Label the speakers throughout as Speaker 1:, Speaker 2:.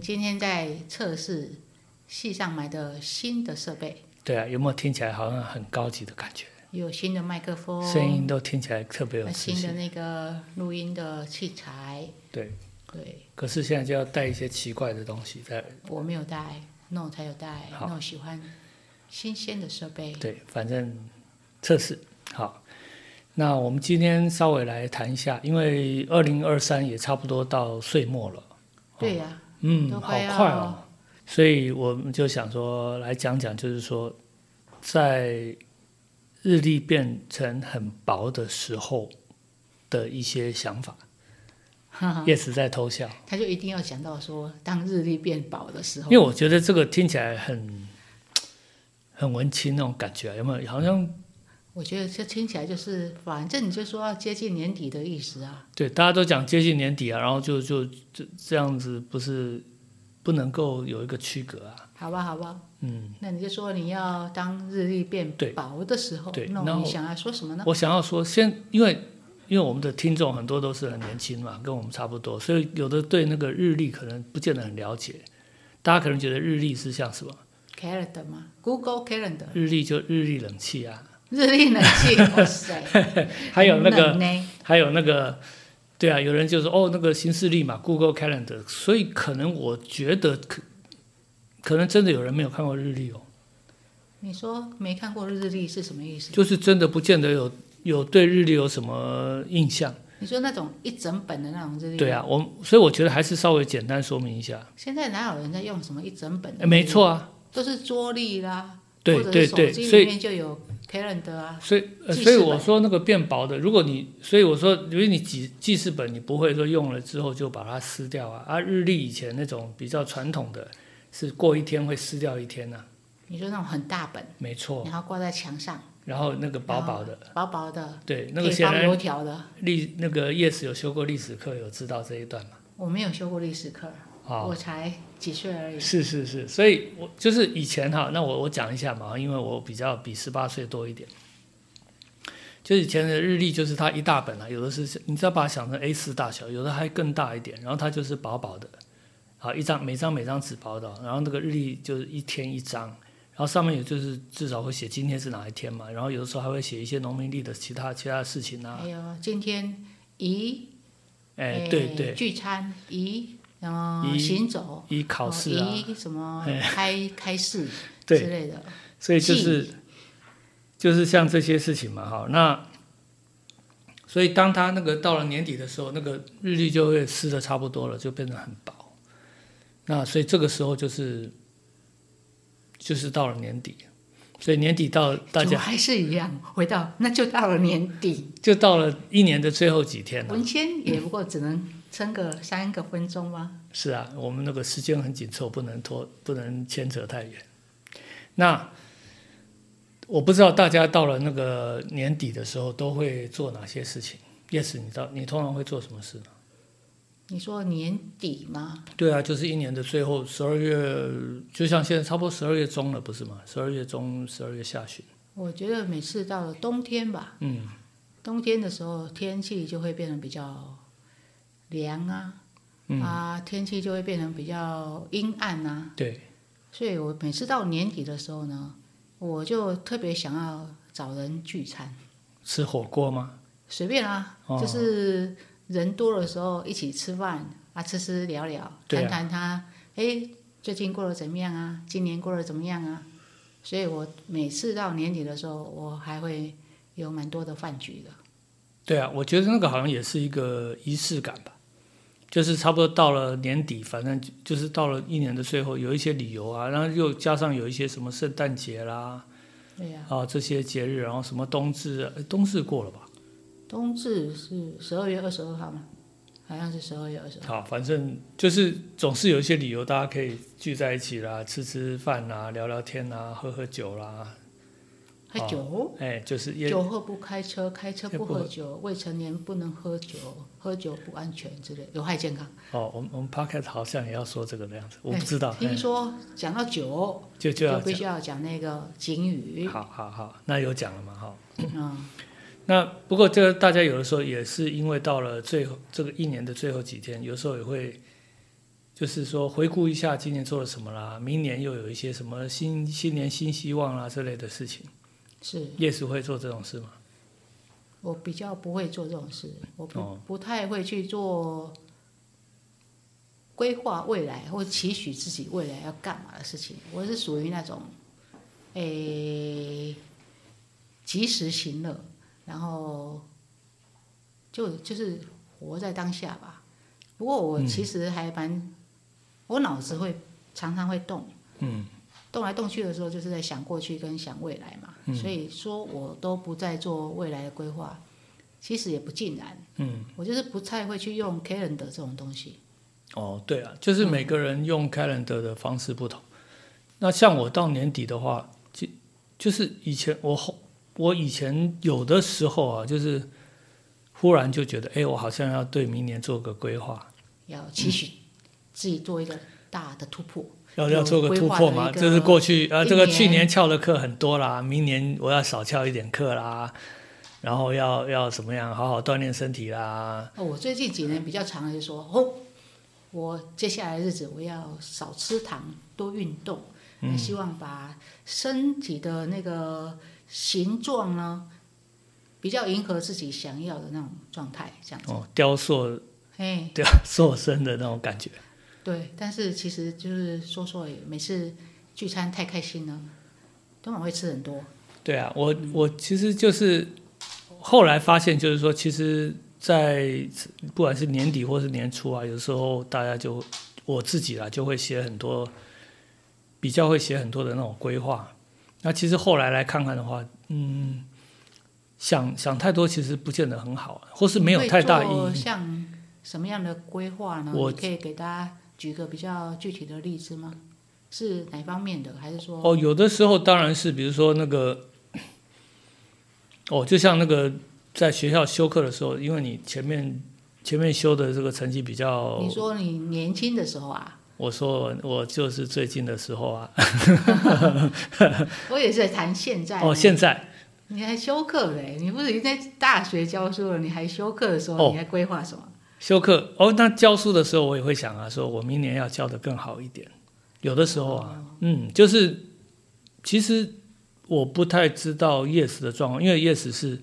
Speaker 1: 今天在测试系上买的新的设备，
Speaker 2: 对啊，有没有听起来好像很高级的感觉？
Speaker 1: 有新的麦克风，呃
Speaker 2: 声音都听起来特别有磁
Speaker 1: 哦新
Speaker 2: 性。
Speaker 1: 的那个录音的器材，
Speaker 2: 对，
Speaker 1: 对
Speaker 2: 可是现在就要带一些奇怪的东西在。
Speaker 1: 我没有带，No 才有带
Speaker 2: 好
Speaker 1: ，No 喜欢新鲜的设备。
Speaker 2: 对，反正测试好。那我们今天稍微来谈一下，因为二零二三也差不多到岁末了，
Speaker 1: 对呀、
Speaker 2: 嗯，
Speaker 1: 都
Speaker 2: 好
Speaker 1: 快要
Speaker 2: 快哦。所以我们就想说来讲讲，就是说在日历变成很薄的时候的一些想法。
Speaker 1: 嗯
Speaker 2: 叶子在偷笑。
Speaker 1: 他就一定要讲到说，当日历变薄的时候
Speaker 2: 因为，我觉得这个听起来很很文青那种感觉，有没有？好像
Speaker 1: 我觉得这听起来就是，反正你就说要接近年底的意思啊。
Speaker 2: 对大家都讲接近年底啊，然后就就这这样子，不是不能够有一个区隔啊。
Speaker 1: 好吧，好吧，
Speaker 2: 嗯，
Speaker 1: 那你就说你要当日历变
Speaker 2: 对
Speaker 1: 薄的时候，
Speaker 2: 对
Speaker 1: 那
Speaker 2: 然后
Speaker 1: 你想要说什么呢？
Speaker 2: 我想要说先，因为因为我们的听众很多都是很年轻嘛，跟我们差不多，所以有的对那个日历可能不见得很了解。大家可能觉得日历是像什么？
Speaker 1: Calendar 吗？Google Calendar
Speaker 2: 日历就日历冷气啊，
Speaker 1: 日历冷气，哇塞，
Speaker 2: 还有那个
Speaker 1: 很冷呢
Speaker 2: 还有那个，对啊，有人就说哦，那个新势力嘛，Google Calendar，所以可能我觉得可可能真的有人没有看过日历哦，
Speaker 1: 你说没看过日历是什么意思？
Speaker 2: 就是真的不见得有有对日历有什么印象。
Speaker 1: 你说那种一整本的那种日历，
Speaker 2: 对啊，我所以我觉得还是稍微简单说明一下。
Speaker 1: 现在哪有人在用什么一整本的？
Speaker 2: 哎，没，错啊，
Speaker 1: 都是桌历啦，
Speaker 2: 对
Speaker 1: 或者
Speaker 2: 对
Speaker 1: 是手
Speaker 2: 对，
Speaker 1: 机
Speaker 2: 所
Speaker 1: 里
Speaker 2: 以
Speaker 1: 面就有 calendar 啊，
Speaker 2: 所以、呃、
Speaker 1: 记事
Speaker 2: 所以我
Speaker 1: 本
Speaker 2: 说那个变薄的，如果你所以我说，因为你记记事本你不会说用了之后就把它撕掉啊，啊日历以前那种比较传统的是过一天会撕掉一天呐、啊
Speaker 1: 你说那种很大本，
Speaker 2: 没错。
Speaker 1: 然后挂在墙上，
Speaker 2: 然后那个哦薄薄的，
Speaker 1: 薄薄的，
Speaker 2: 对，
Speaker 1: 啊可
Speaker 2: 那个
Speaker 1: 以
Speaker 2: 显
Speaker 1: 当
Speaker 2: 然
Speaker 1: 油条的。
Speaker 2: 历那个 Yes 有修过历史课，有知道这一段嘛？
Speaker 1: 我没有修过历史课，
Speaker 2: 啊、
Speaker 1: 我才几岁而已。
Speaker 2: 是是是，所以我就是以前哈，那我我讲一下嘛，因为我比较比十八岁多一点。就以前的日历，就是它一大本啊，有的是你只要把它想成 A 4大小，有的还更大一点，然后它就是薄薄的，好一张每张每张纸薄的，哦然后那个日历就是一天一张，然后上面也就是至少会写今天是哪一天嘛，然后有的时候还会写一些农民历的其他其他的事情啊，
Speaker 1: 还有哎今天宜，
Speaker 2: 哎
Speaker 1: 诶，
Speaker 2: 对对，
Speaker 1: 聚餐宜，然后
Speaker 2: 宜
Speaker 1: 行走，
Speaker 2: 以考试啊，
Speaker 1: 宜什么开开市之
Speaker 2: 对，
Speaker 1: 类的，
Speaker 2: 所以就是就是像这些事情嘛，哈，那所以当他那个到了年底的时候，那个日历就会撕的差不多了，就变得很薄。那所以这个时候就是就是到了年底，所以年底到大
Speaker 1: 怎么
Speaker 2: 家
Speaker 1: 还是一样，回到那就到了年 底，
Speaker 2: 就到了一年的最后几天了。
Speaker 1: 文谦也不过只能撑个三个分钟吗？
Speaker 2: 是啊，我们那个时间很紧凑，不能拖，不能牵扯太远。那我不知道大家到了那个年底的时候都会做哪些事情？Yes，你到你通常会做什么事呢？
Speaker 1: 你说年底吗？
Speaker 2: 对啊，就是一年的最后十二月，就像现在差不多十二月中了，不是吗？十二月中，十二月下旬。
Speaker 1: 我觉得每次到了冬天吧，
Speaker 2: 嗯，
Speaker 1: 冬天的时候天气就会变得比较凉啊，
Speaker 2: 嗯
Speaker 1: 啊，天气就会变成比较阴暗啊，
Speaker 2: 对，
Speaker 1: 所以我每次到年底的时候呢，我就特别想要找人聚餐，
Speaker 2: 吃火锅吗？
Speaker 1: 随便啊，
Speaker 2: 哦
Speaker 1: 就是人多的时候一起吃饭啊，吃吃聊聊，
Speaker 2: 对
Speaker 1: 谈
Speaker 2: 啊
Speaker 1: 谈他，哎、最近过得怎么样啊？今年过得怎么样啊？所以我每次到年底的时候，我还会有蛮多的饭局的。
Speaker 2: 对啊，我觉得那个好像也是一个仪式感吧，就是差不多到了年底，反正就就是到了一年的最后，有一些理由啊，然后又加上有一些什么圣诞节啦，
Speaker 1: 对呀、
Speaker 2: 啊这些节日，然后什么冬至，诶冬至过了吧？
Speaker 1: 冬至是十二月二十二号吗？好像是十二月二十二。
Speaker 2: 好，反正就是总是有一些理由，大家可以聚在一起啦，吃吃饭啦，聊聊天啦，喝喝酒啦，
Speaker 1: 喝酒？
Speaker 2: 哎，就是也
Speaker 1: 酒后不开车，开车
Speaker 2: 也
Speaker 1: 不
Speaker 2: 不
Speaker 1: 喝酒，未成年不能喝酒，喝酒不安全之类，有害健康。
Speaker 2: 哦，我们我们 podcast 好像也要说这个的样子，我
Speaker 1: 哎
Speaker 2: 不知道，
Speaker 1: 听
Speaker 2: 哎
Speaker 1: 说讲到酒，
Speaker 2: 就就
Speaker 1: 就
Speaker 2: 要
Speaker 1: 必
Speaker 2: 讲，
Speaker 1: 须要讲那个警语。
Speaker 2: 好好好，那有讲了嘛，哈。
Speaker 1: 嗯，
Speaker 2: 那不过这个大家有的时候也是因为到了最后这个一年的最后几天，有时候也会，就是说回顾一下今年做了什么啦，明年又有一些什么新新年新希望啦之类的事情。
Speaker 1: 是
Speaker 2: 叶叔会做这种事吗？
Speaker 1: 我比较不会做这种事，我不、
Speaker 2: 哦
Speaker 1: 不太会去做规划未来或期许自己未来要干嘛的事情。我是属于那种，诶、及时行乐，然后就就是活在当下吧。不过我其实还蛮，我脑子会常常会动。
Speaker 2: 嗯，
Speaker 1: 动来动去的时候，就是在想过去跟想未来嘛。所以说我都不再做未来的规划，其实也不尽然。嗯，我就是不太会去用 calendar 这种东西。
Speaker 2: 哦，对啊，就是每个人用 calendar 的方式不同。那像我到年底的话，就就是以前我后我以前有的时候啊，就是忽然就觉得，哎，我好像要对明年做个规划，
Speaker 1: 要期许自己做一个大的突破，
Speaker 2: 要
Speaker 1: 有
Speaker 2: 要做个
Speaker 1: 规
Speaker 2: 突
Speaker 1: 划
Speaker 2: 破
Speaker 1: 的
Speaker 2: 嘛。
Speaker 1: 一个
Speaker 2: 这是过去啊，
Speaker 1: 一
Speaker 2: 这个去
Speaker 1: 年
Speaker 2: 年翘的课很多啦，明年我要少翘一点课啦，然后要要怎么样，好好锻炼身体啦。
Speaker 1: 哦，我最近几年比较常的就说，哦，我接下来的日子我要少吃糖，多运动，那希望把身体的那个形状呢，比较迎合自己想要的那种状态，这样子。
Speaker 2: 哦，雕塑
Speaker 1: 嘿，
Speaker 2: 雕塑身的那种感觉。
Speaker 1: 对，但是其实就是说说而已，每次聚餐太开心了，当晚会吃很多。
Speaker 2: 对啊，我我其实就是后来发现，就是说，其实，在不管是年底或是年初啊，有时候大家就我自己啦，啊就会写很多，比较会写很多的那种规划。那其实后来来看看的话，嗯，想想太多其实不见得很好啊，或是没有
Speaker 1: 你会
Speaker 2: 太大意
Speaker 1: 做
Speaker 2: 义。
Speaker 1: 像什么样的规划呢？
Speaker 2: 我
Speaker 1: 你可以给大家举个比较具体的例子吗？是哪方面的？还是说
Speaker 2: 哦，有的时候当然是，比如说那个，哦，就像那个在学校修课的时候，因为你前面前面修的这个成绩比较，
Speaker 1: 你说你年轻的时候啊？
Speaker 2: 我说我就是最近的 时候啊，
Speaker 1: 我也是在谈现在呢。
Speaker 2: 哦，现在
Speaker 1: 你还休课嘞？你不是已经在大学教书了？你还休课的时候，
Speaker 2: 哦
Speaker 1: 你还规划什么？
Speaker 2: 修课哦，那教书的时候我也会想啊，说我明年要教的更好一点。有的时
Speaker 1: 哦
Speaker 2: 候啊，嗯，就是其实我不太知道 yes 的状况，因为 yes 是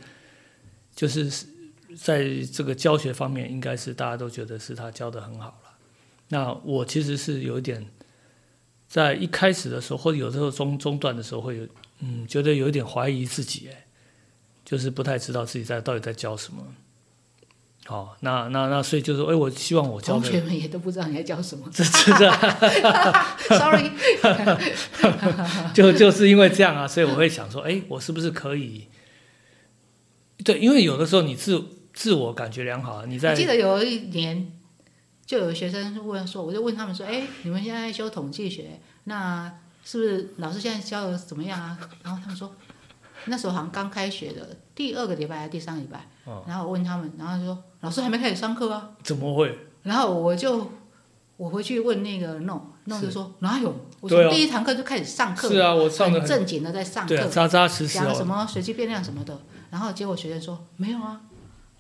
Speaker 2: 就是在这个教学方面，应该是大家都觉得是他教的很好了。那我其实是有一点在一开始的时候，或者有时候中中段的时候，会有嗯觉得有一点怀疑自己，哎，就是不太知道自己在到底在教什么。好、那那那所以就是，哎，我希望我教
Speaker 1: 同
Speaker 2: 的
Speaker 1: 学们也都不知道你在教什么。
Speaker 2: 这这这
Speaker 1: Sorry，
Speaker 2: 就就是因为这样啊，所以我会想说，哎，我是不是可以？对，因为有的时候你自自我感觉良好啊，你在
Speaker 1: 我记得有一年，就有学生问说，我就问他们说：“哎，你们现在修统计学，那是不是老师现在教的怎么样啊？”然后他们说，那时候好像刚开学的第二个礼拜还是第三个礼拜，
Speaker 2: 哦
Speaker 1: 然后我问他们，然后就说老师还没开始上课啊。
Speaker 2: 怎么会？
Speaker 1: 然后我就我回去问那个 no no 就说哪有？我
Speaker 2: 对啊
Speaker 1: 从第一堂课就开始上课，
Speaker 2: 是啊，我上的
Speaker 1: 很正经的在上课
Speaker 2: 对，啊，扎扎实实
Speaker 1: 讲什
Speaker 2: 哦，
Speaker 1: 么随机变量什么的，然后结果学生说没有啊，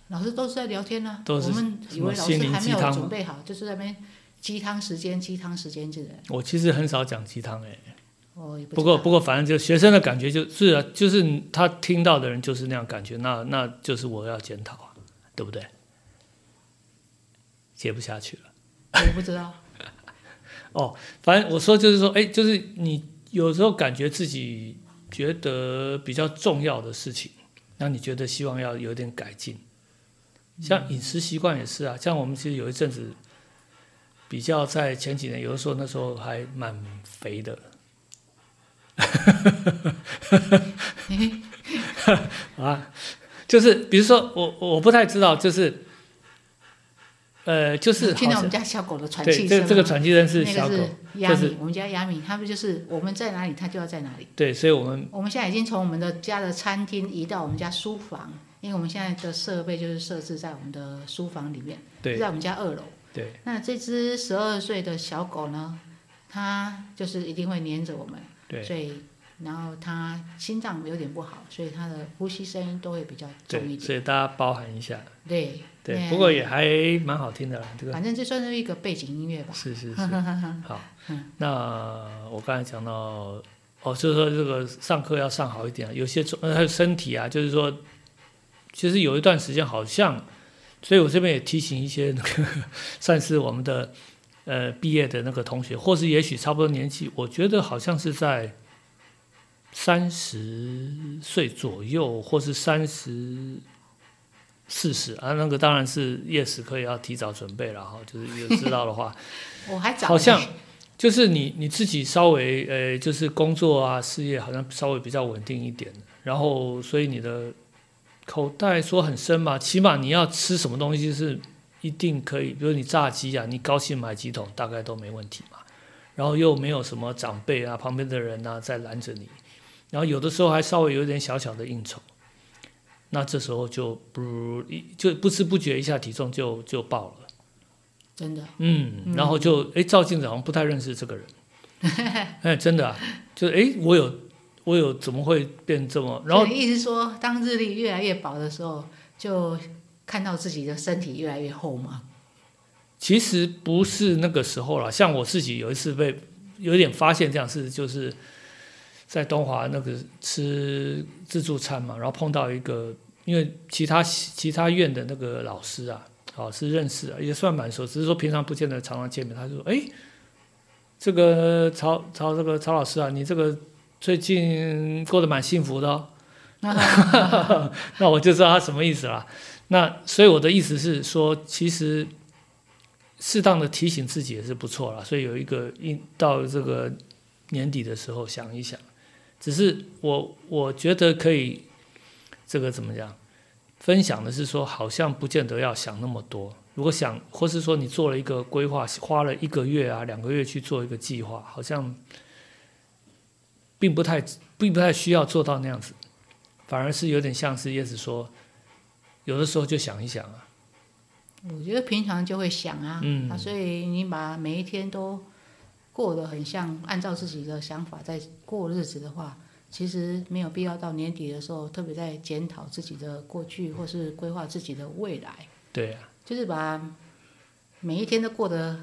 Speaker 1: 老师都是在聊天呢、
Speaker 2: 都是
Speaker 1: 我们以为老
Speaker 2: 什么心
Speaker 1: 师
Speaker 2: 灵
Speaker 1: 还没
Speaker 2: 鸡汤啊
Speaker 1: 有
Speaker 2: 吗
Speaker 1: 准备好，就是在那边鸡汤时间，鸡汤时间之类的，
Speaker 2: 我其实很少讲鸡汤哎、
Speaker 1: 我也不
Speaker 2: 不
Speaker 1: 知道
Speaker 2: 过不过反正就学生的感觉就是啊，就是他听到的人就是那样感觉，那那就是我要检讨啊，对不对？接不下去了。
Speaker 1: 我不知 道，
Speaker 2: 反正我说就是说，哎，就是你有时候感觉自己觉得比较重要的事情，那你觉得希望要有点改进，像饮食习惯也是啊，像我们其实有一阵子比较在前几年，有的时候那时候还蛮肥的啊，就是比如说我我不太知道，就是呃，就是
Speaker 1: 嗯听
Speaker 2: 好
Speaker 1: 到我们
Speaker 2: 像
Speaker 1: 家小狗的喘
Speaker 2: 对
Speaker 1: 气声
Speaker 2: 这个
Speaker 1: 吗，
Speaker 2: 这个喘气声是小
Speaker 1: 那个
Speaker 2: 狗
Speaker 1: 是
Speaker 2: 就
Speaker 1: 亚
Speaker 2: 是
Speaker 1: 米，我们家亚米，它不就是我们在哪里，它就要在哪里。
Speaker 2: 对，所以我们
Speaker 1: 我们现在已经从我们的家的餐厅移到我们家书房，因为我们现在的设备就是设置在我们的书房里面，
Speaker 2: 对
Speaker 1: 就在我们家二楼。
Speaker 2: 对。
Speaker 1: 那这只十二岁的小狗呢，它就是一定会黏着我们，
Speaker 2: 对
Speaker 1: 所以然后他心脏有点不好，所以他的呼吸声音都会比较重一
Speaker 2: 对，
Speaker 1: 点。
Speaker 2: 所以大家包含一下，
Speaker 1: 对
Speaker 2: 对，
Speaker 1: 嗯
Speaker 2: 不过也还蛮好听的啦，这个
Speaker 1: 反正这算是一个背景音乐吧。
Speaker 2: 是是是，好，那我刚才讲到，哦，就是说这个上课要上好一点，有些中呃还有身体啊，就是说，其实有一段时间好像，所以我这边也提醒一些那个 算是我们的呃毕业的那个同学，或是也许差不多年纪，我觉得好像是在三十岁左右，或是三十。四十啊，那个当然是夜时课要提早准备了哈，就是有知道的话，
Speaker 1: 我还找
Speaker 2: 好像就是你你自己稍微呃，就是工作啊事业好像稍微比较稳定一点，然后所以你的口袋说很深嘛，起码你要吃什么东西是一定可以，比如你炸鸡啊，你高兴买几桶大概都没问题嘛，然后又没有什么长辈啊旁边的人啊在拦着你，然后有的时候还稍微有一点小小的应酬。那这时候就不一就不知不觉一下体重就就爆了，
Speaker 1: 真的
Speaker 2: 嗯，然后就哎，诶照镜子好像不太认识这个人，哎，真的、啊，就是哎，诶我有我有怎么会变这么？然后
Speaker 1: 所以意思说，当日历越来越薄的时候，就看到自己的身体越来越厚嘛。
Speaker 2: 其实不是那个时候了，像我自己有一次被有点发现这样事，就是在东华那个吃自助餐嘛，然后碰到一个，因为其他其他院的那个老师啊，哦是认识啊，也算蛮熟，只是说平常不见得常常见面。他就说：“哎，这个曹曹这个曹老师啊，你这个最近过得蛮幸福的、哦。” 那我就知道他什么意思了。那所以我的意思是说，其实适当的提醒自己也是不错了。所以有一个一到这个年底的时候想一想，只是我我觉得可以这个怎么讲，分享的是说，好像不见得要想那么多。如果想，或是说你做了一个规划，花了一个月啊、两个月去做一个计划，好像并不太并不太需要做到那样子。反而是有点像是叶子说，有的时候就想一想啊，
Speaker 1: 我觉得平常就会想啊，
Speaker 2: 嗯
Speaker 1: 啊，所以你把每一天都过得很像按照自己的想法在过日子的话，其实没有必要到年底的时候特别在检讨自己的过去或是规划自己的未来，
Speaker 2: 对啊，
Speaker 1: 就是把每一天都过得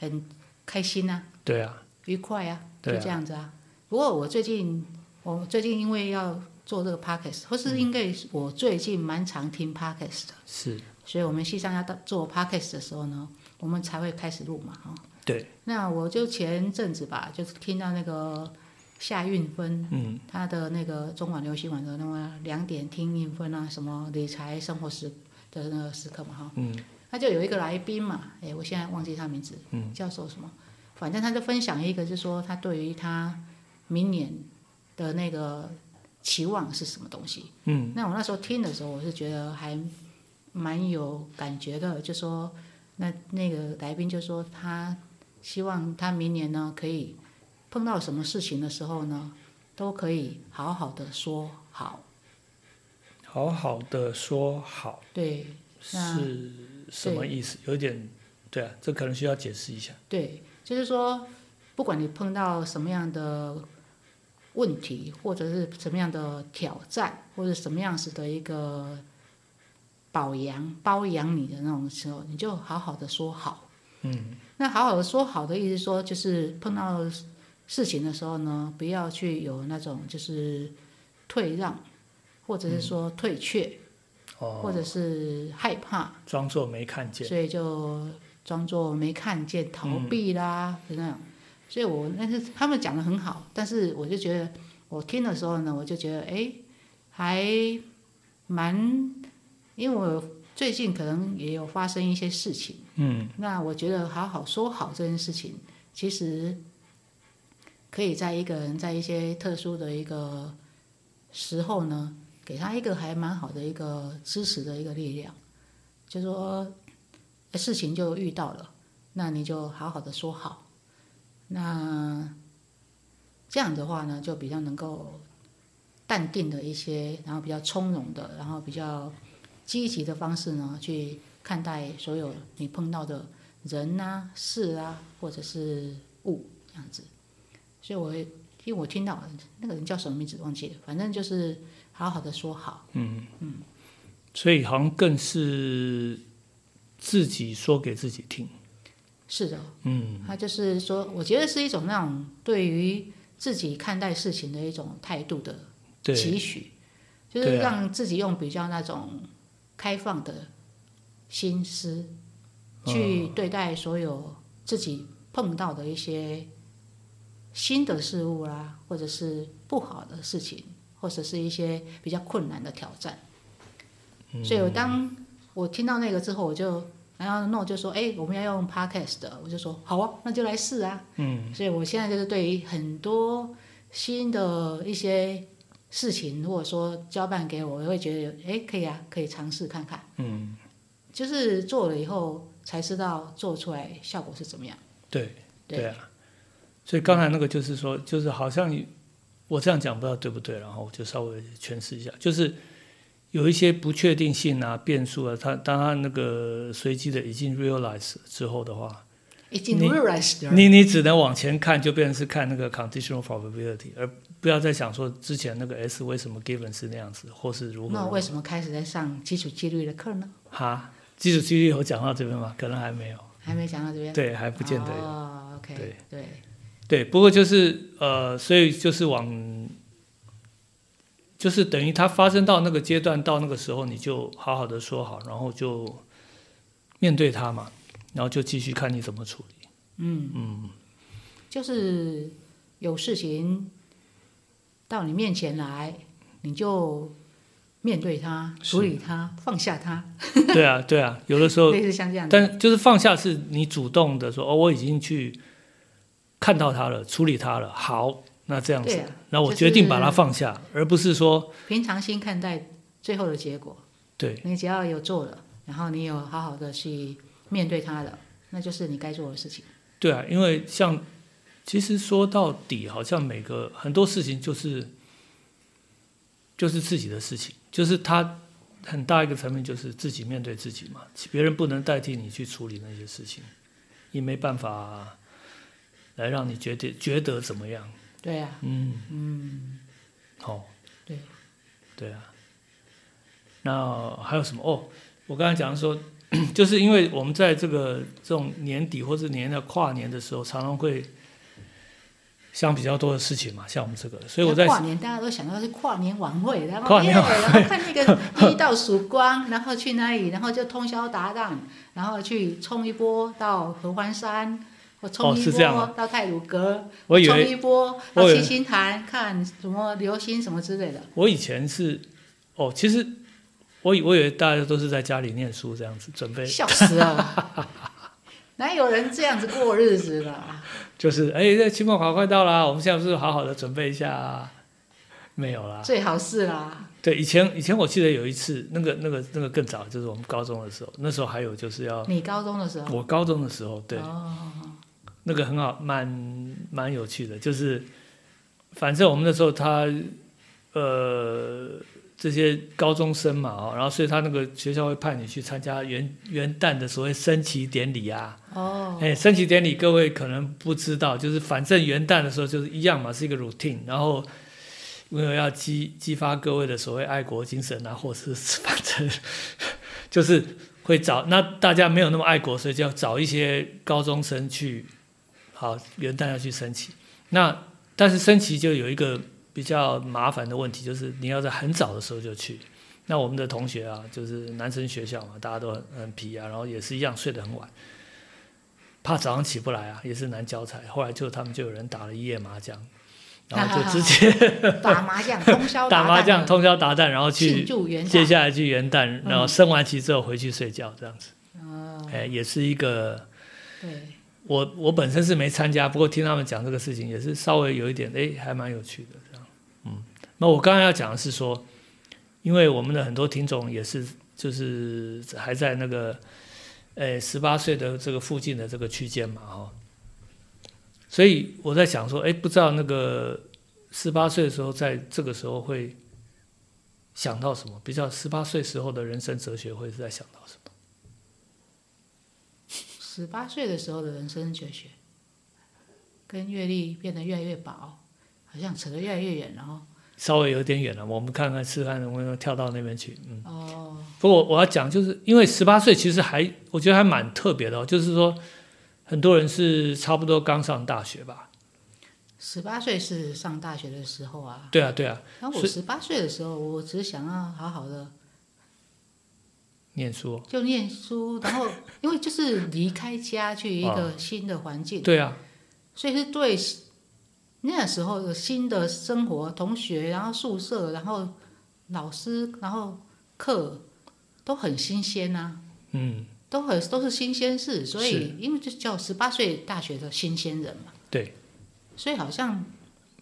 Speaker 1: 很开心啊，
Speaker 2: 对啊，
Speaker 1: 愉快啊，就
Speaker 2: 对啊
Speaker 1: 这样子啊。不过我最近，我最近因为要做这个 podcast，或
Speaker 2: 嗯
Speaker 1: 是因为我最近蛮常听 podcast 的。
Speaker 2: 是，
Speaker 1: 所以我们西上要到做 podcast 的时候呢，我们才会开始录嘛，哈。
Speaker 2: 对，
Speaker 1: 那我就前阵子吧，就是听到那个夏运芬，
Speaker 2: 嗯，
Speaker 1: 她的那个中广流行网的那么两点听运分啊，什么理财生活时的那个时刻嘛，哈，
Speaker 2: 嗯，
Speaker 1: 他就有一个来宾嘛，哎，我现在忘记他名字，嗯，叫做什么，反正他就分享一个，就是说他对于他明年的那个期望是什么东西，
Speaker 2: 嗯，
Speaker 1: 那我那时候听的时候，我是觉得还蛮有感觉的，就说那那个来宾就说他希望他明年呢可以碰到什么事情的时候呢，都可以好好的说好，
Speaker 2: 好好的说好
Speaker 1: 对那
Speaker 2: 是什么意思？有点，对啊，这可能需要解释一下，
Speaker 1: 对，就是说不管你碰到什么样的问题，或者是什么样的挑战，或者什么样子的一个保养包养你的那种时候，你就好好的说好。
Speaker 2: 嗯，
Speaker 1: 那好好的说好的意思说，就是碰到事情的时候呢，不要去有那种就是退让，或者是说退却，
Speaker 2: 哦，
Speaker 1: 或者是害怕，
Speaker 2: 装作没看见，
Speaker 1: 所以就装作没看见、逃避啦，
Speaker 2: 嗯
Speaker 1: 就那样。所以我那是他们讲的很好，但是我就觉得我听的时候呢，我就觉得哎，还蛮，因为我最近可能也有发生一些事情。
Speaker 2: 嗯，
Speaker 1: 那我觉得好好说好这件事情，其实可以在一个人在一些特殊的一个时候呢，给他一个还蛮好的一个支持的一个力量，就说呃事情就遇到了，那你就好好的说好，那这样的话呢，就比较能够淡定的一些，然后比较从容的，然后比较积极的方式呢去看待所有你碰到的人啊、事啊，或者是物这样子。所以我因为我听到那个人叫什么名字忘记了，反正就是好好的说好，
Speaker 2: 所以好像更是自己说给自己听。
Speaker 1: 是的，
Speaker 2: 嗯，
Speaker 1: 他就是说，我觉得是一种那种对于自己看待事情的一种态度的
Speaker 2: 对，
Speaker 1: 期许，就是
Speaker 2: 对啊
Speaker 1: 让自己用比较那种开放的心思
Speaker 2: 嗯
Speaker 1: 去对待所有自己碰到的一些新的事物啦、啊或者是不好的事情，或者是一些比较困难的挑战。所以我当我听到那个之后，我就然后诺就说：“哎、我们要用 podcast 的。”我就说：“好啊，那就来试啊。”嗯，所以我现在就是对于很多新的一些事情，或者说交办给我，我会觉得哎、诶可以啊，可以尝试看看。
Speaker 2: 嗯，
Speaker 1: 就是做了以后才知道做出来效果是怎么样。
Speaker 2: 对，
Speaker 1: 对
Speaker 2: 对啊。所以刚才那个就是说，就是好像我这样讲不知道对不对，然后我就稍微诠释一下，就是有一些不确定性啊、变数啊，它当它那个随机的已经 realize 之后的话，
Speaker 1: 已经
Speaker 2: 你
Speaker 1: realize 了，
Speaker 2: 你你只能往前看，就变成是看那个 conditional probability，而不要再想说之前那个 S 为什么 given 是那样子，或是如
Speaker 1: 那我
Speaker 2: 何
Speaker 1: 为什么开始在上基础纪律的课呢？
Speaker 2: 哈。基础几率有讲到这边吗？可能还没有，
Speaker 1: 还没讲到这边，
Speaker 2: 对，还不见得有。
Speaker 1: 哦，OK，
Speaker 2: 对
Speaker 1: 对
Speaker 2: 对，不过就是呃，所以就是往，就是等于它发生到那个阶段，到那个时候，你就好好的说好，然后就面对它嘛，然后就继续看你怎么处 理。
Speaker 1: 嗯，
Speaker 2: 嗯，
Speaker 1: 就是有事情到你面前来，你就面对它、
Speaker 2: 是
Speaker 1: 处理它、放下它，
Speaker 2: 对啊，对啊，有的时候，
Speaker 1: 类似像这样的。
Speaker 2: 但就是放下是你主动的说，哦，我已经去看到它了，处理它了，好，那这样
Speaker 1: 对
Speaker 2: 子，
Speaker 1: 啊，
Speaker 2: 那我
Speaker 1: 就
Speaker 2: 决定把它
Speaker 1: 是
Speaker 2: 放下，而不是说
Speaker 1: 平常心看待最后的结果。
Speaker 2: 对
Speaker 1: 你只要有做了，然后你有好好的去面对它了，那就是你该做的事情。
Speaker 2: 对啊，因为像其实说到底，好像每个很多事情就是就是自己的事情，就是他很大一个层面就是自己面对自己嘛，其别人不能代替你去处理那些事情，也没办法来让你觉得觉得怎么样。
Speaker 1: 对啊，
Speaker 2: 嗯，
Speaker 1: 嗯，
Speaker 2: 好、
Speaker 1: 对，
Speaker 2: 对啊。那还有什么？哦，我刚才讲说， 就是因为我们在这个这种年底或是年的跨年的时候，常常会想比较多的事情嘛，像我们这个，所以我在
Speaker 1: 跨年，大家都想到是跨年晚会，然后哎
Speaker 2: 跨年晚
Speaker 1: 耶然后看那个一到曙光， 然后去那里，然后就通宵达旦，然后去冲一波到合欢山，或冲一
Speaker 2: 哦是这样
Speaker 1: 波
Speaker 2: 吗
Speaker 1: 到泰鲁阁，
Speaker 2: 我以
Speaker 1: 冲
Speaker 2: 为
Speaker 1: 一波
Speaker 2: 我
Speaker 1: 到
Speaker 2: 以为
Speaker 1: 七星潭看什么流星什么之类的。
Speaker 2: 我以前是哦，其实我以我以为大家都是在家里念书这样子，准备
Speaker 1: 笑死了， 哪有人这样子过日子的啊？
Speaker 2: 就是哎，这期末考快到啦，我们现在是不是好好的准备一下、啊？没有啦，
Speaker 1: 最好是啦，
Speaker 2: 对，以前以前我记得有一次，那个那个那个更早，就是我们高中的时候，那时候还有就是要
Speaker 1: 你高中的时候，
Speaker 2: 我高中的时候，对，
Speaker 1: 哦，
Speaker 2: 那个很好，蛮蛮有趣的，就是反正我们那时候他呃这些高中生嘛，哦，然后所以他那个学校会派你去参加元元旦的所谓升旗典礼啊，
Speaker 1: 哦，
Speaker 2: 哎，升旗典礼各位可能不知道，就是反正元旦的时候就是一样嘛，是一个 routine，然后。因为要激激发各位的所谓爱国精神啊，或是反正就是会找那大家没有那么爱国，所以就要找一些高中生去，好元旦要去升旗。那但是升旗就有一个比较麻烦的问题，就是你要在很早的时候就去。那我们的同学啊，就是男生学校嘛，大家都很很皮啊，然后也是一样睡得很晚，怕早上起不来啊，也是难交差。后来就他们就有人打了一夜麻将，然后就直接
Speaker 1: 打麻将，通宵
Speaker 2: 打
Speaker 1: 达
Speaker 2: 麻
Speaker 1: 旦
Speaker 2: 将
Speaker 1: 地
Speaker 2: 通宵达旦，然后
Speaker 1: 庆
Speaker 2: 去
Speaker 1: 祝元
Speaker 2: 接
Speaker 1: 旦，
Speaker 2: 下来去元旦，然后升完旗之后回去睡觉，这样子，
Speaker 1: 哦，
Speaker 2: 哎，也是一个
Speaker 1: 对，
Speaker 2: 我我本身是没参加，不过听他们讲这个事情也是稍微有一点，哎，还蛮有趣的这样。嗯，那我刚刚要讲的是说，因为我们的很多听众也是就是还在那个，呃，十八岁的这个附近的这个区间嘛，哈、哦，所以我在想说，哎，不知道那个十八岁的时候，在这个时候会想到什么？比较十八岁时候的人生哲学会是在想到什么？
Speaker 1: 十八岁的时候的人生哲学，跟阅历变得越来越薄，好好像扯得越来越远了哦哈。
Speaker 2: 稍微有点远了，我们看看试看能不能跳到那边去。嗯，
Speaker 1: 哦，
Speaker 2: 不过我要讲，就是因为十八岁其实还我觉得还蛮特别的、哦，就是说很多人是差不多刚上大学吧。
Speaker 1: 十八岁是上大学的时候啊，
Speaker 2: 对啊，对啊，
Speaker 1: 然后我
Speaker 2: 所以
Speaker 1: 十八岁的时候，我只想要好好的
Speaker 2: 念书，哦
Speaker 1: 就念书，然后因为就是离开家去一个新的环境，
Speaker 2: 对啊，
Speaker 1: 所以是对那时候的新的生活、同学，然后宿舍，然后老师，然后课都很新鲜呐、
Speaker 2: 嗯，
Speaker 1: 都很都是新鲜事，所以
Speaker 2: 是
Speaker 1: 因为就叫十八岁大学的新鲜人嘛，
Speaker 2: 对，
Speaker 1: 所以好像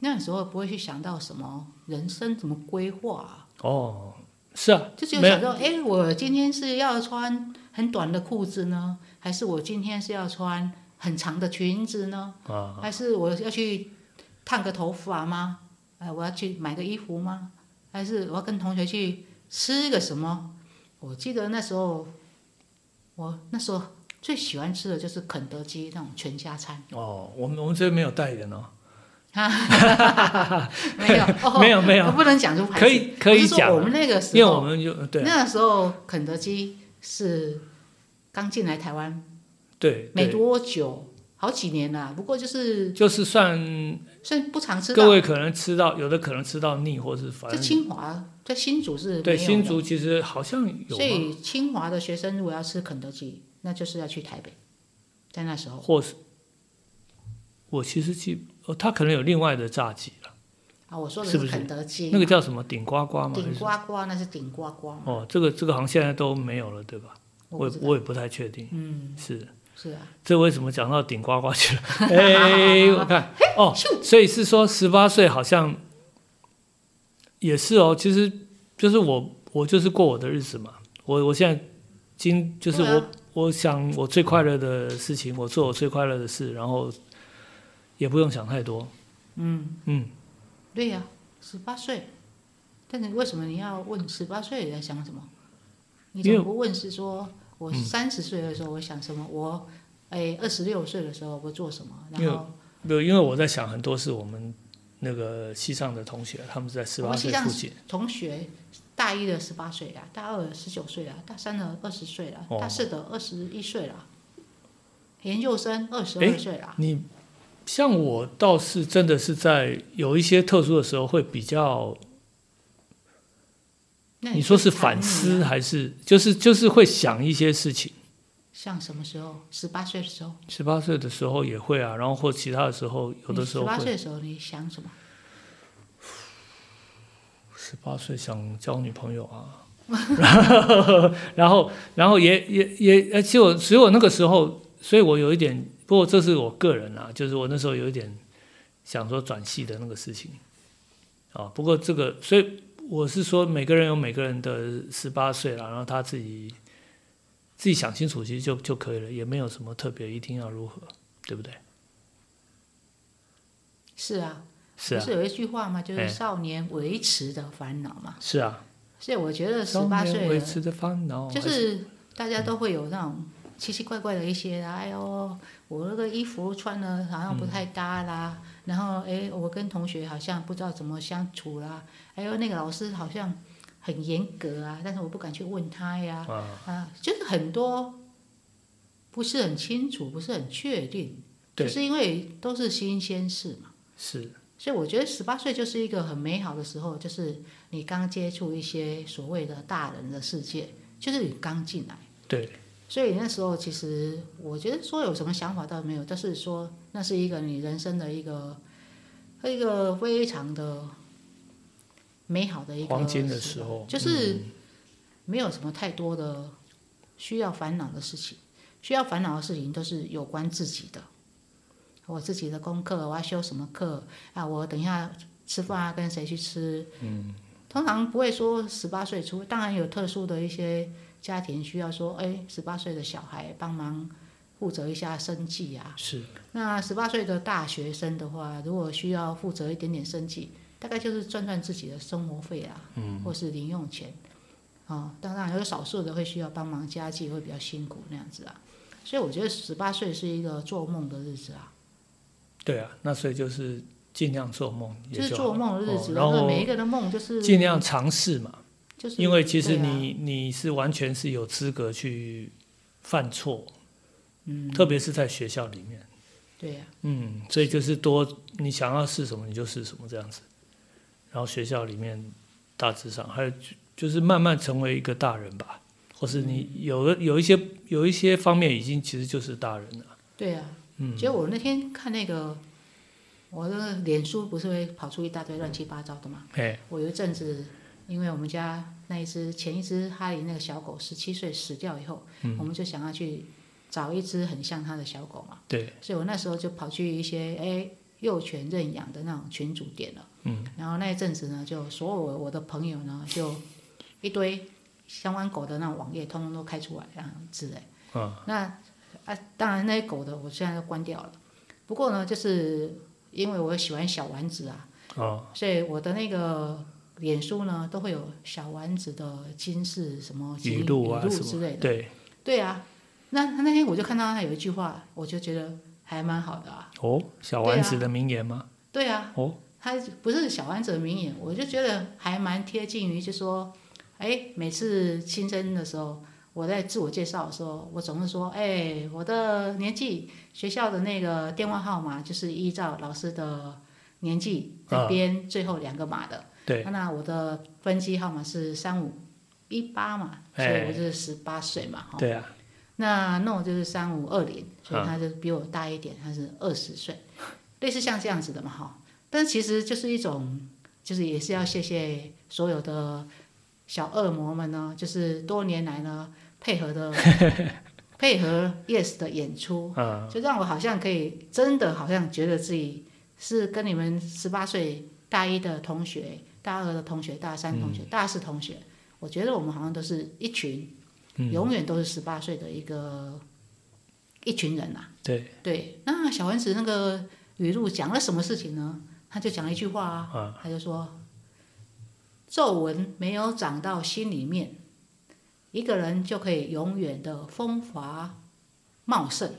Speaker 1: 那时候不会去想到什么人生怎么规划啊、
Speaker 2: 哦，是啊，
Speaker 1: 就只有
Speaker 2: 没有
Speaker 1: 想说，哎、我今天是要穿很短的裤子呢，还是我今天是要穿很长的裙子呢？
Speaker 2: 啊，
Speaker 1: 还是我要去烫个头发吗？哎、我要去买个衣服吗？还是我要跟同学去吃个什么？我记得那时候，我那时候最喜欢吃的就是肯德基那种全家 餐，
Speaker 2: 哦，我们我们这边没有代言哦，
Speaker 1: 没有，哦、
Speaker 2: 没有没有
Speaker 1: 我不能讲出牌子
Speaker 2: 可以可以
Speaker 1: 我是说
Speaker 2: 讲啊
Speaker 1: 我们那个时候，
Speaker 2: 因为我们就对啊
Speaker 1: 那时候肯德基是刚进来台湾
Speaker 2: 对
Speaker 1: 没
Speaker 2: 对，
Speaker 1: 多久，好几年啦、不过就是
Speaker 2: 就是算
Speaker 1: 虽然不常吃
Speaker 2: 各
Speaker 1: 到，
Speaker 2: 位可能吃到有的可能吃到腻，或是反
Speaker 1: 在
Speaker 2: 正
Speaker 1: 清华在新竹是没有
Speaker 2: 对
Speaker 1: 的
Speaker 2: 新竹其实好像有
Speaker 1: 所
Speaker 2: 吗，
Speaker 1: 以清华的学生如果要吃肯德基，那就是要去台北，在那时候
Speaker 2: 或是我其实记哦，他可能有另外的炸鸡了，
Speaker 1: 啊，我说的
Speaker 2: 是不是
Speaker 1: 肯德基，
Speaker 2: 那个叫什么顶呱呱嘛，还
Speaker 1: 啊顶
Speaker 2: 是
Speaker 1: 呱呱那是顶呱呱嘛，
Speaker 2: 哦，这个这个好像现在都没有了，对吧？我
Speaker 1: 不
Speaker 2: 也
Speaker 1: 知道，
Speaker 2: 我也不太确定，
Speaker 1: 嗯，
Speaker 2: 是
Speaker 1: 是啊，
Speaker 2: 这为什么讲到顶呱呱 去了？哎，我看哦，
Speaker 1: 咻，
Speaker 2: 所以是说十八岁好像也是哦，其实就是我我就是过我的日子嘛，我我现在今就是
Speaker 1: 对
Speaker 2: 我、
Speaker 1: 啊
Speaker 2: 我想我最快乐的事情，我做我最快乐的事，然后也不用想太多，
Speaker 1: 嗯，
Speaker 2: 嗯，
Speaker 1: 对呀、十八岁，但是为什么你要问十八岁在想什么？你怎
Speaker 2: 因
Speaker 1: 么
Speaker 2: 为嗯
Speaker 1: 不问是说我三十岁的时候我想什么？我哎二十六岁的时候我做什么？
Speaker 2: 因
Speaker 1: 然
Speaker 2: 为
Speaker 1: 后
Speaker 2: 没有因为我在想很多是我们那个西藏的同学，他们是在十
Speaker 1: 我
Speaker 2: 八
Speaker 1: 们西
Speaker 2: 岁
Speaker 1: 藏
Speaker 2: 附近，
Speaker 1: 同学大一的十八岁啦，大二十九岁啦，大三的二十岁啦，
Speaker 2: 哦
Speaker 1: 大四的二十一岁啦，研究生二十
Speaker 2: 哎
Speaker 1: 二岁啦。
Speaker 2: 你像我倒是真的是在有一些特殊的时候会比较
Speaker 1: 那
Speaker 2: 你说
Speaker 1: 就是谈
Speaker 2: 反思
Speaker 1: 你啊
Speaker 2: 还是就是就是会想一些事情？
Speaker 1: 像什么时候？十八岁的时候，
Speaker 2: 十八岁的时候也会啊，然后或其他的时候，有的时
Speaker 1: 嗯
Speaker 2: 候
Speaker 1: 十八岁
Speaker 2: 会。
Speaker 1: 的时候你想什么？
Speaker 2: 十八岁想交女朋友啊， 然后然后也也也，呃其实我所以我那个时候，所以我有一点，不过这是我个人啊，就是我那时候有一点想说转系的那个事情啊。不过这个，所以我是说，每个人有每个人的十八岁啦，然后他自己自己想清楚，其实就就可以了，也没有什么特别一定要如何，对不对？
Speaker 1: 是啊，
Speaker 2: 是
Speaker 1: 不
Speaker 2: 啊
Speaker 1: 是，有一句话吗？就
Speaker 2: 哎
Speaker 1: 是少年维持的烦恼嘛。
Speaker 2: 是啊。
Speaker 1: 所以我觉得十
Speaker 2: 中
Speaker 1: 八
Speaker 2: 年
Speaker 1: 岁
Speaker 2: 维
Speaker 1: 了，
Speaker 2: 持的烦恼，
Speaker 1: 就
Speaker 2: 还
Speaker 1: 是大家都会有那种奇奇怪怪的一些啦。哎呦，我那个衣服穿的好像不太搭啦。然后哎，我跟同学好像不知道怎么相处啦。哎呦，那个老师好像很严格啊，但是我不敢去问他呀。
Speaker 2: 啊，
Speaker 1: 啊，就是很多不是很清楚，不是很确定，
Speaker 2: 对
Speaker 1: 就是因为都是新鲜事嘛。
Speaker 2: 是
Speaker 1: 所以我觉得十八岁就是一个很美好的时候，就是你刚接触一些所谓的大人的世界，就是你刚进来。
Speaker 2: 对，
Speaker 1: 所以那时候其实我觉得说有什么想法倒没有，但是说那是一个你人生的一个一个非常的美好的一个
Speaker 2: 黄金的时候嗯
Speaker 1: 就是没有什么太多的需要烦恼的事情，需要烦恼的事情都是有关自己的，我自己的功课，我要修什么课啊，我等一下吃饭啊，跟谁去吃，嗯，通常不会说十八岁出，当然有特殊的一些家庭需要说，哎，十八岁的小孩帮忙负责一下生计啊，
Speaker 2: 是
Speaker 1: 那十八岁的大学生的话，如果需要负责一点点生计，大概就是赚赚自己的生活费啦，嗯，或是零用钱，啊、当然有少数的会需要帮忙家计，会比较辛苦那样子啊。所以我觉得十八岁是一个做梦的日子啊，
Speaker 2: 对啊。那所以就是尽量做梦也
Speaker 1: 就是
Speaker 2: 就
Speaker 1: 做梦的日子，
Speaker 2: 哦然
Speaker 1: 后每一
Speaker 2: 后
Speaker 1: 个的梦就是
Speaker 2: 尽量尝试嘛，
Speaker 1: 就是，
Speaker 2: 因为其实
Speaker 1: 对啊
Speaker 2: 你、你是完全是有资格去犯错，嗯，特别是在学校里面，
Speaker 1: 对啊呀、
Speaker 2: 嗯，所以就是多你想要试什么你就试什么这样子，然后学校里面大致上还有就就是慢慢成为一个大人吧，或是你
Speaker 1: 嗯
Speaker 2: 有的有一些有一些方面已经其实就是大人了，
Speaker 1: 对呀、
Speaker 2: 嗯，
Speaker 1: 结果我那天看那个，我的脸书不是会跑出一大堆乱七八糟的嘛？
Speaker 2: 哎，
Speaker 1: 我有一阵子，因为我们家那一只前一只哈利那个小狗十七岁死掉以后，我们就想要去找一只很像它的小狗嘛，
Speaker 2: 对，
Speaker 1: 所以我那时候就跑去一些哎幼犬认养的那种群组点了。嗯。然后那一阵子呢，就所有我的朋友呢，就一堆相关狗的那种网页，通通都开出来这样子哎。
Speaker 2: 啊、
Speaker 1: 那啊，当然那些狗的我现在都关掉了。不过呢，就是因为我喜欢小丸子啊，
Speaker 2: 哦，
Speaker 1: 所以我的那个脸书呢都会有小丸子的金饰什么金
Speaker 2: 语录啊
Speaker 1: 哦语录
Speaker 2: 什
Speaker 1: 之
Speaker 2: 么
Speaker 1: 类，的。
Speaker 2: 对，
Speaker 1: 对啊，那那天我就看到他有一句话，我就觉得还蛮好的啊。
Speaker 2: 哦，小丸子的名言吗？
Speaker 1: 对啊，
Speaker 2: 哦，
Speaker 1: 他不是小丸子的名言，我就觉得还蛮贴近于，就说，哎，每次新生的时候，我在自我介绍的时候，我总是说，哎，我的年纪，学校的那个电话号码就是依照老师的年纪在编最后两个码的。
Speaker 2: 啊对，
Speaker 1: 那我的分机号码是三五一八嘛，所
Speaker 2: 哎
Speaker 1: 以我就是十八岁嘛，哈。
Speaker 2: 对啊，
Speaker 1: 那那我就是三五二零，所以
Speaker 2: 啊
Speaker 1: 他就比我大一点，他是二十岁， 类似像这样子的嘛哈。但其实就是一种，就是也是要谢谢所有的小恶魔们呢，就是多年来呢配合的配合 Yes 的演出，
Speaker 2: 嗯，
Speaker 1: 就让我好像可以真的好像觉得自己是跟你们十八岁大一的同学、大二的同学、大三同学、大四同学，我觉得我们好像都是一群，永远都是十八岁的一个一群人呐、啊
Speaker 2: 对，
Speaker 1: 对，那小丸子那个语录讲了什么事情呢？他就讲了一句话啊，他就说：“皱纹没有长到心里面，一个人就可以永远的风华茂盛。”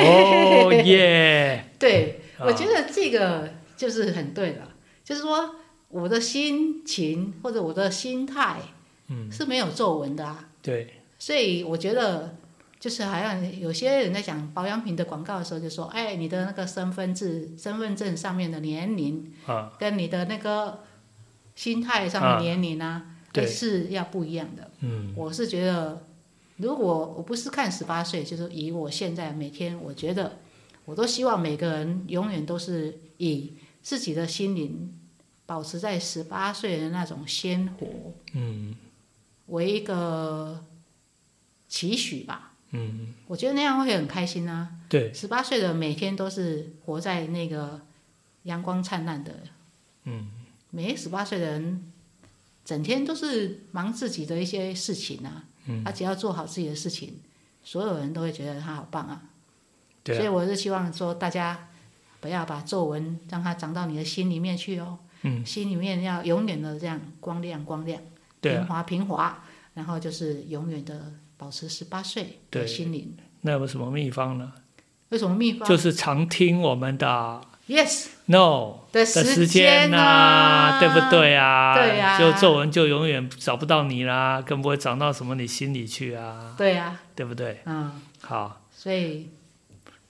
Speaker 2: 哦耶，
Speaker 1: 对，
Speaker 2: 啊
Speaker 1: 我觉得这个就是很对了，就是说我的心情或者我的心态，嗯，是没有皱纹的啊。
Speaker 2: 对，
Speaker 1: 所以我觉得，就是好像有些人在讲保养品的广告的时候，就说，哎，你的那个身份证、身份证上面的年龄
Speaker 2: 啊，
Speaker 1: 跟你的那个心态上的年龄啊，
Speaker 2: 对
Speaker 1: 哎是要不一样的。
Speaker 2: 嗯，
Speaker 1: 我是觉得，如果我不是看十八岁，就是以我现在每天，我觉得我都希望每个人永远都是以自己的心灵保持在十八岁的那种鲜活，
Speaker 2: 嗯，
Speaker 1: 为一个期许吧。
Speaker 2: 嗯，
Speaker 1: 我觉得那样会很开心啊！
Speaker 2: 对，
Speaker 1: 十八岁的每天都是活在那个阳光灿烂的，
Speaker 2: 嗯，
Speaker 1: 每十八岁的人整天都是忙自己的一些事情啊，
Speaker 2: 嗯
Speaker 1: 他只要做好自己的事情，所有人都会觉得他好棒啊。所
Speaker 2: 对
Speaker 1: 以
Speaker 2: 啊，
Speaker 1: 我是希望说大家不要把皱纹让它长到你的心里面去哦，
Speaker 2: 嗯，
Speaker 1: 心里面要永远的这样光亮光亮，
Speaker 2: 对
Speaker 1: 平
Speaker 2: 啊，
Speaker 1: 滑平滑，然后就是永远的保持十八岁的
Speaker 2: 对
Speaker 1: 心灵。
Speaker 2: 那有什么秘方呢？
Speaker 1: 为什么秘方？
Speaker 2: 就是常听我们的
Speaker 1: yes
Speaker 2: no
Speaker 1: 的
Speaker 2: 的
Speaker 1: 时
Speaker 2: 时间
Speaker 1: 呐，
Speaker 2: 呐，对不？对啊？
Speaker 1: 对啊
Speaker 2: 就皱纹就永远找不到你啦，更不会长到什么你心里去啊，
Speaker 1: 对呀、
Speaker 2: 对不对？
Speaker 1: 嗯，
Speaker 2: 好。
Speaker 1: 所以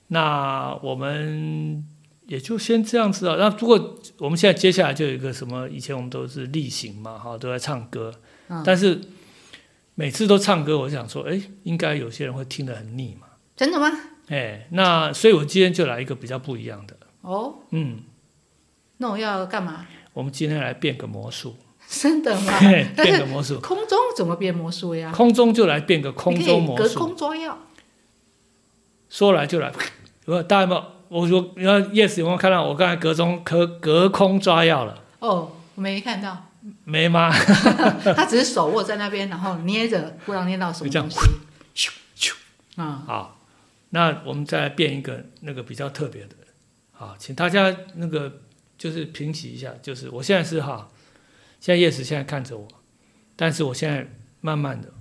Speaker 2: 那我们也就先这样子啊。那如果我们现在接下来就有一个什么，以前我们都是例行嘛，哈，都在唱歌，
Speaker 1: 嗯
Speaker 2: 但是每次都唱歌，我想说，哎，应该有些人会听得很腻嘛，
Speaker 1: 真的吗？
Speaker 2: 哎，那所以我今天就来一个比较不一样的，
Speaker 1: 哦，
Speaker 2: 嗯，
Speaker 1: 那我要干嘛？
Speaker 2: 我们今天来变个魔术，？
Speaker 1: 真的吗 但
Speaker 2: 变
Speaker 1: 是
Speaker 2: 个魔术，
Speaker 1: 空中怎么变魔术呀？
Speaker 2: 空中就来变个空
Speaker 1: 你可以
Speaker 2: 中魔
Speaker 1: 隔
Speaker 2: 术，
Speaker 1: 空抓药。
Speaker 2: 说来就来，有没有？大家有没有？我说，你看 yes 有没有看到我刚才隔中隔隔空抓药了？
Speaker 1: 哦，我没看 到，
Speaker 2: 没吗？
Speaker 1: 他只是手握在那边，然后捏着，不知道捏到什么东西。咻咻啊，
Speaker 2: 好，那我们再来变一个那个比较特别的，好，请大家那个就是平息一下，就是我现在是哈，现在叶子现在看着我，但是我现在慢慢的，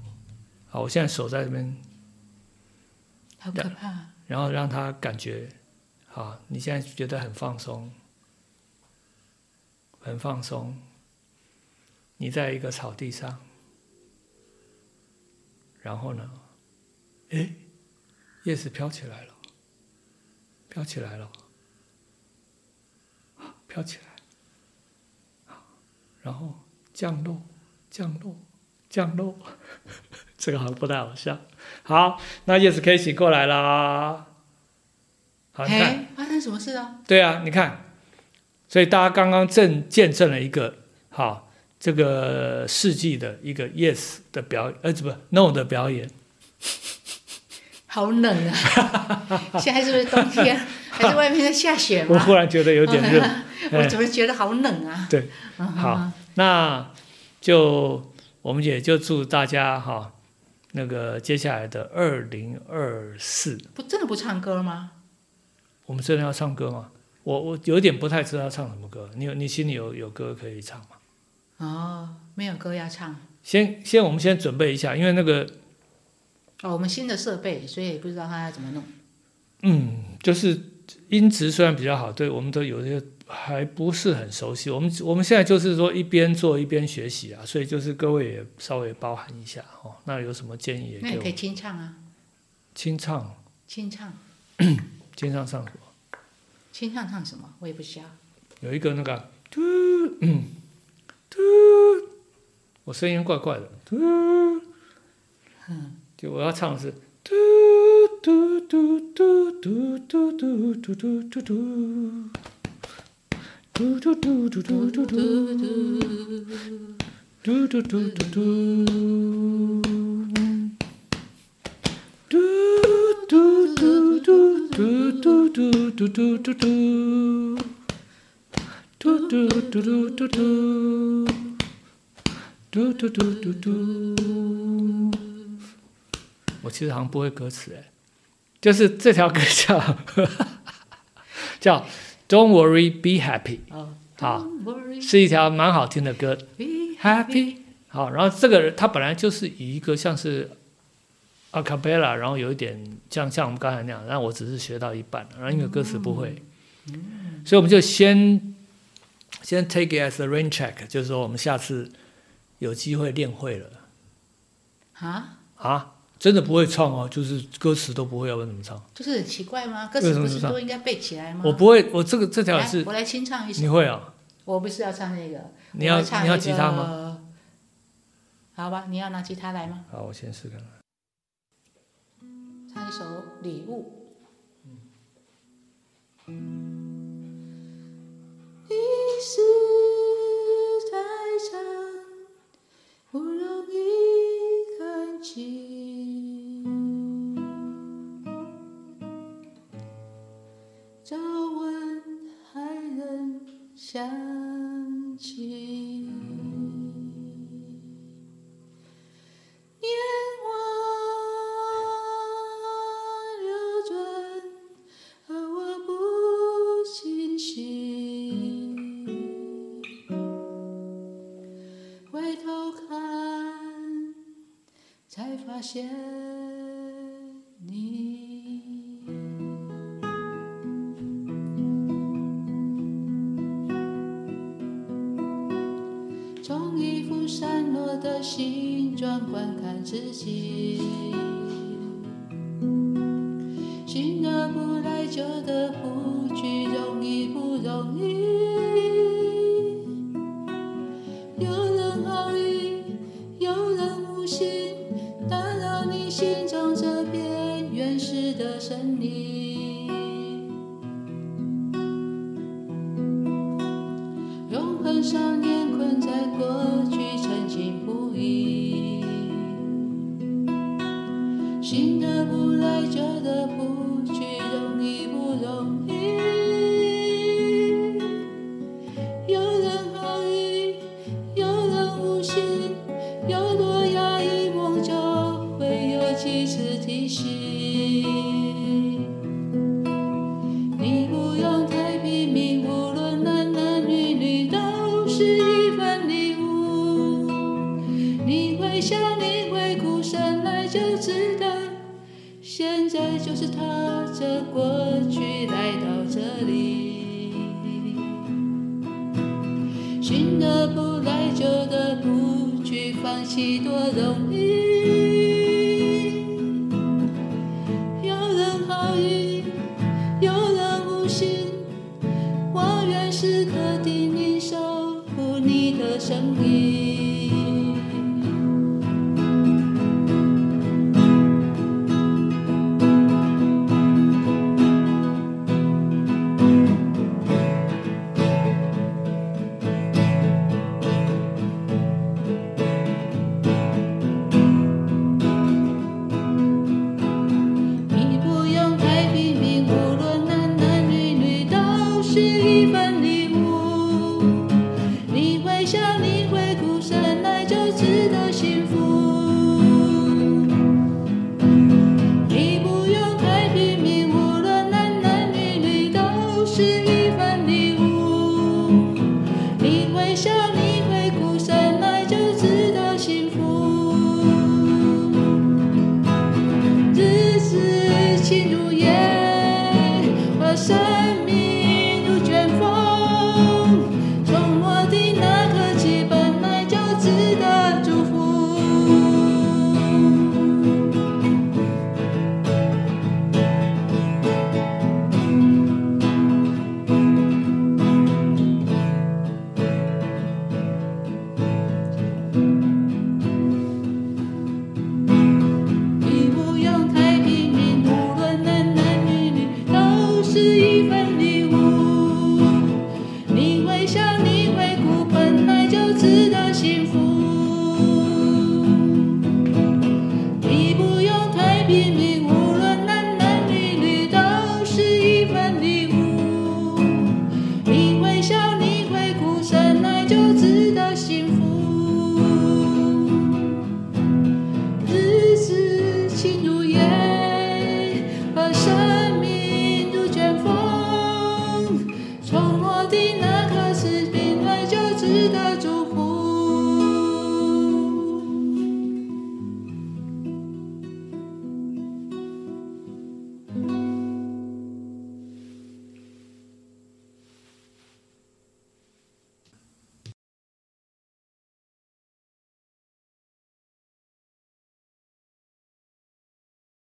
Speaker 2: 好，我现在手在这边，
Speaker 1: 好可怕！
Speaker 2: 然后让他感觉，好，你现在觉得很放松，很放松。你在一个草地上，然后呢，诶，叶子飘起来了，飘起来了，啊飘起来，啊然后降落，降落，降落， 这个好像不太好笑。好，那叶子可以醒过来啦。好，啊你看，
Speaker 1: 哎，发生什么事了？
Speaker 2: 对啊，你看，所以大家刚刚正见证了一个好这个世纪的一个 yes 的表，呃，不是 no 的表演。
Speaker 1: 好冷啊！ 现在是不是冬 天？还是外面在下雪
Speaker 2: 我
Speaker 1: 吗？
Speaker 2: 忽然觉得有点 热。哎
Speaker 1: 我怎么觉得好冷啊？
Speaker 2: 对，
Speaker 1: 嗯，
Speaker 2: 好，那就我们也就祝大家哈，那个接下来的二零二四，
Speaker 1: 不真的不唱歌吗？
Speaker 2: 我们真的要唱歌吗？我我有点不太知道唱什么歌，你有你心里有有歌可以唱吗？
Speaker 1: 哦，没有歌要唱
Speaker 2: 先先我们先准备一下，因为那个
Speaker 1: 哦。我们新的设备，所以不知道它要怎么弄。
Speaker 2: 嗯，就是音质虽然比较好，对我们都有些还不是很熟悉。我们我们现在就是说一边做一边学习啊，所以就是各位也稍微包含一下哦。那有什么建议也
Speaker 1: 那你
Speaker 2: 给我
Speaker 1: 可以
Speaker 2: 们
Speaker 1: 清唱啊，
Speaker 2: 清唱，
Speaker 1: 清唱，
Speaker 2: 清唱上什么？
Speaker 1: 清唱唱什么？我也不知道。
Speaker 2: 有一个那个啊嘟嗯嘟，我声音怪怪的嘟，就我要唱的是嘟嘟嘟嘟嘟嘟嘟嘟嘟嘟嘟。嘟嘟嘟嘟嘟嘟嘟嘟嘟嘟嘟嘟，嘟嘟嘟嘟嘟嘟嘟嘟嘟嘟嘟，嘟嘟嘟嘟嘟嘟，嘟嘟嘟嘟嘟。我其实好像不会歌词哎，就是这条歌叫 叫 "Don't worry, be happy"，
Speaker 1: 哦，
Speaker 2: 好
Speaker 1: Don't worry,
Speaker 2: 是一条蛮好听的歌。
Speaker 1: be
Speaker 2: Happy。好，然后这个人他本来就是以一个像是 a cappella，然后有一点像像我们刚才那样，但我只是学到一半，然后因为歌词不会，
Speaker 1: 嗯
Speaker 2: 所以我们就先先 take it as a rain check，就是说我们下次有机会练会了
Speaker 1: 啊，
Speaker 2: 啊，真的不会唱哦，就是歌词都不会，要不然怎么唱？
Speaker 1: 就是很奇怪吗？歌
Speaker 2: 为
Speaker 1: 词
Speaker 2: 什么
Speaker 1: 不
Speaker 2: 是
Speaker 1: 是
Speaker 2: 唱
Speaker 1: 都应该背起来吗？
Speaker 2: 我不会，我这个这条
Speaker 1: 来
Speaker 2: 是
Speaker 1: 我来清唱一首。
Speaker 2: 你会啊、
Speaker 1: 我不是要唱那个，
Speaker 2: 你要
Speaker 1: 我唱
Speaker 2: 你要
Speaker 1: 一个
Speaker 2: 吉他吗？？
Speaker 1: 好吧，你要拿吉他来吗？
Speaker 2: 好，我先试看看。
Speaker 1: 唱一首《礼物》。一世太长，不容易看清。朝闻还能想起。年华流转，而我不清醒。回头看，才发现你。从一副散落的形状观看自己，新的不来，旧的不去，容易不容易？有人好意，有人无心，打扰你心中这片原始的森林。永恒少年困在过去，沉浸不已。新的不来，旧的不去，容易不容易？有人好意，有人无心，有多压抑，梦就会有几次提醒。君的不来，旧的不去，放弃多容易。有人好意，有人无心，我愿时刻叮咛守护你的声音。你不用太拼命，无论男男女女都是一份礼物。你会笑，你会哭，生来就值得幸福。你不用太拼命，无论男男女女都是一份礼物。你会笑，你会哭，生来就值得幸福。日子轻如烟，我生命如卷风。从我的那刻起，本来就值得祝福。你不用太拼命，无论男男女女都是一份礼物。你会笑，你会哭，本来就值得幸福。你不用太拼命，无论男男女女都是一份礼物。你会笑，你会哭，生来就值得幸福。日子轻如烟，而生命如卷风。从我的那颗是本来就值得祝福。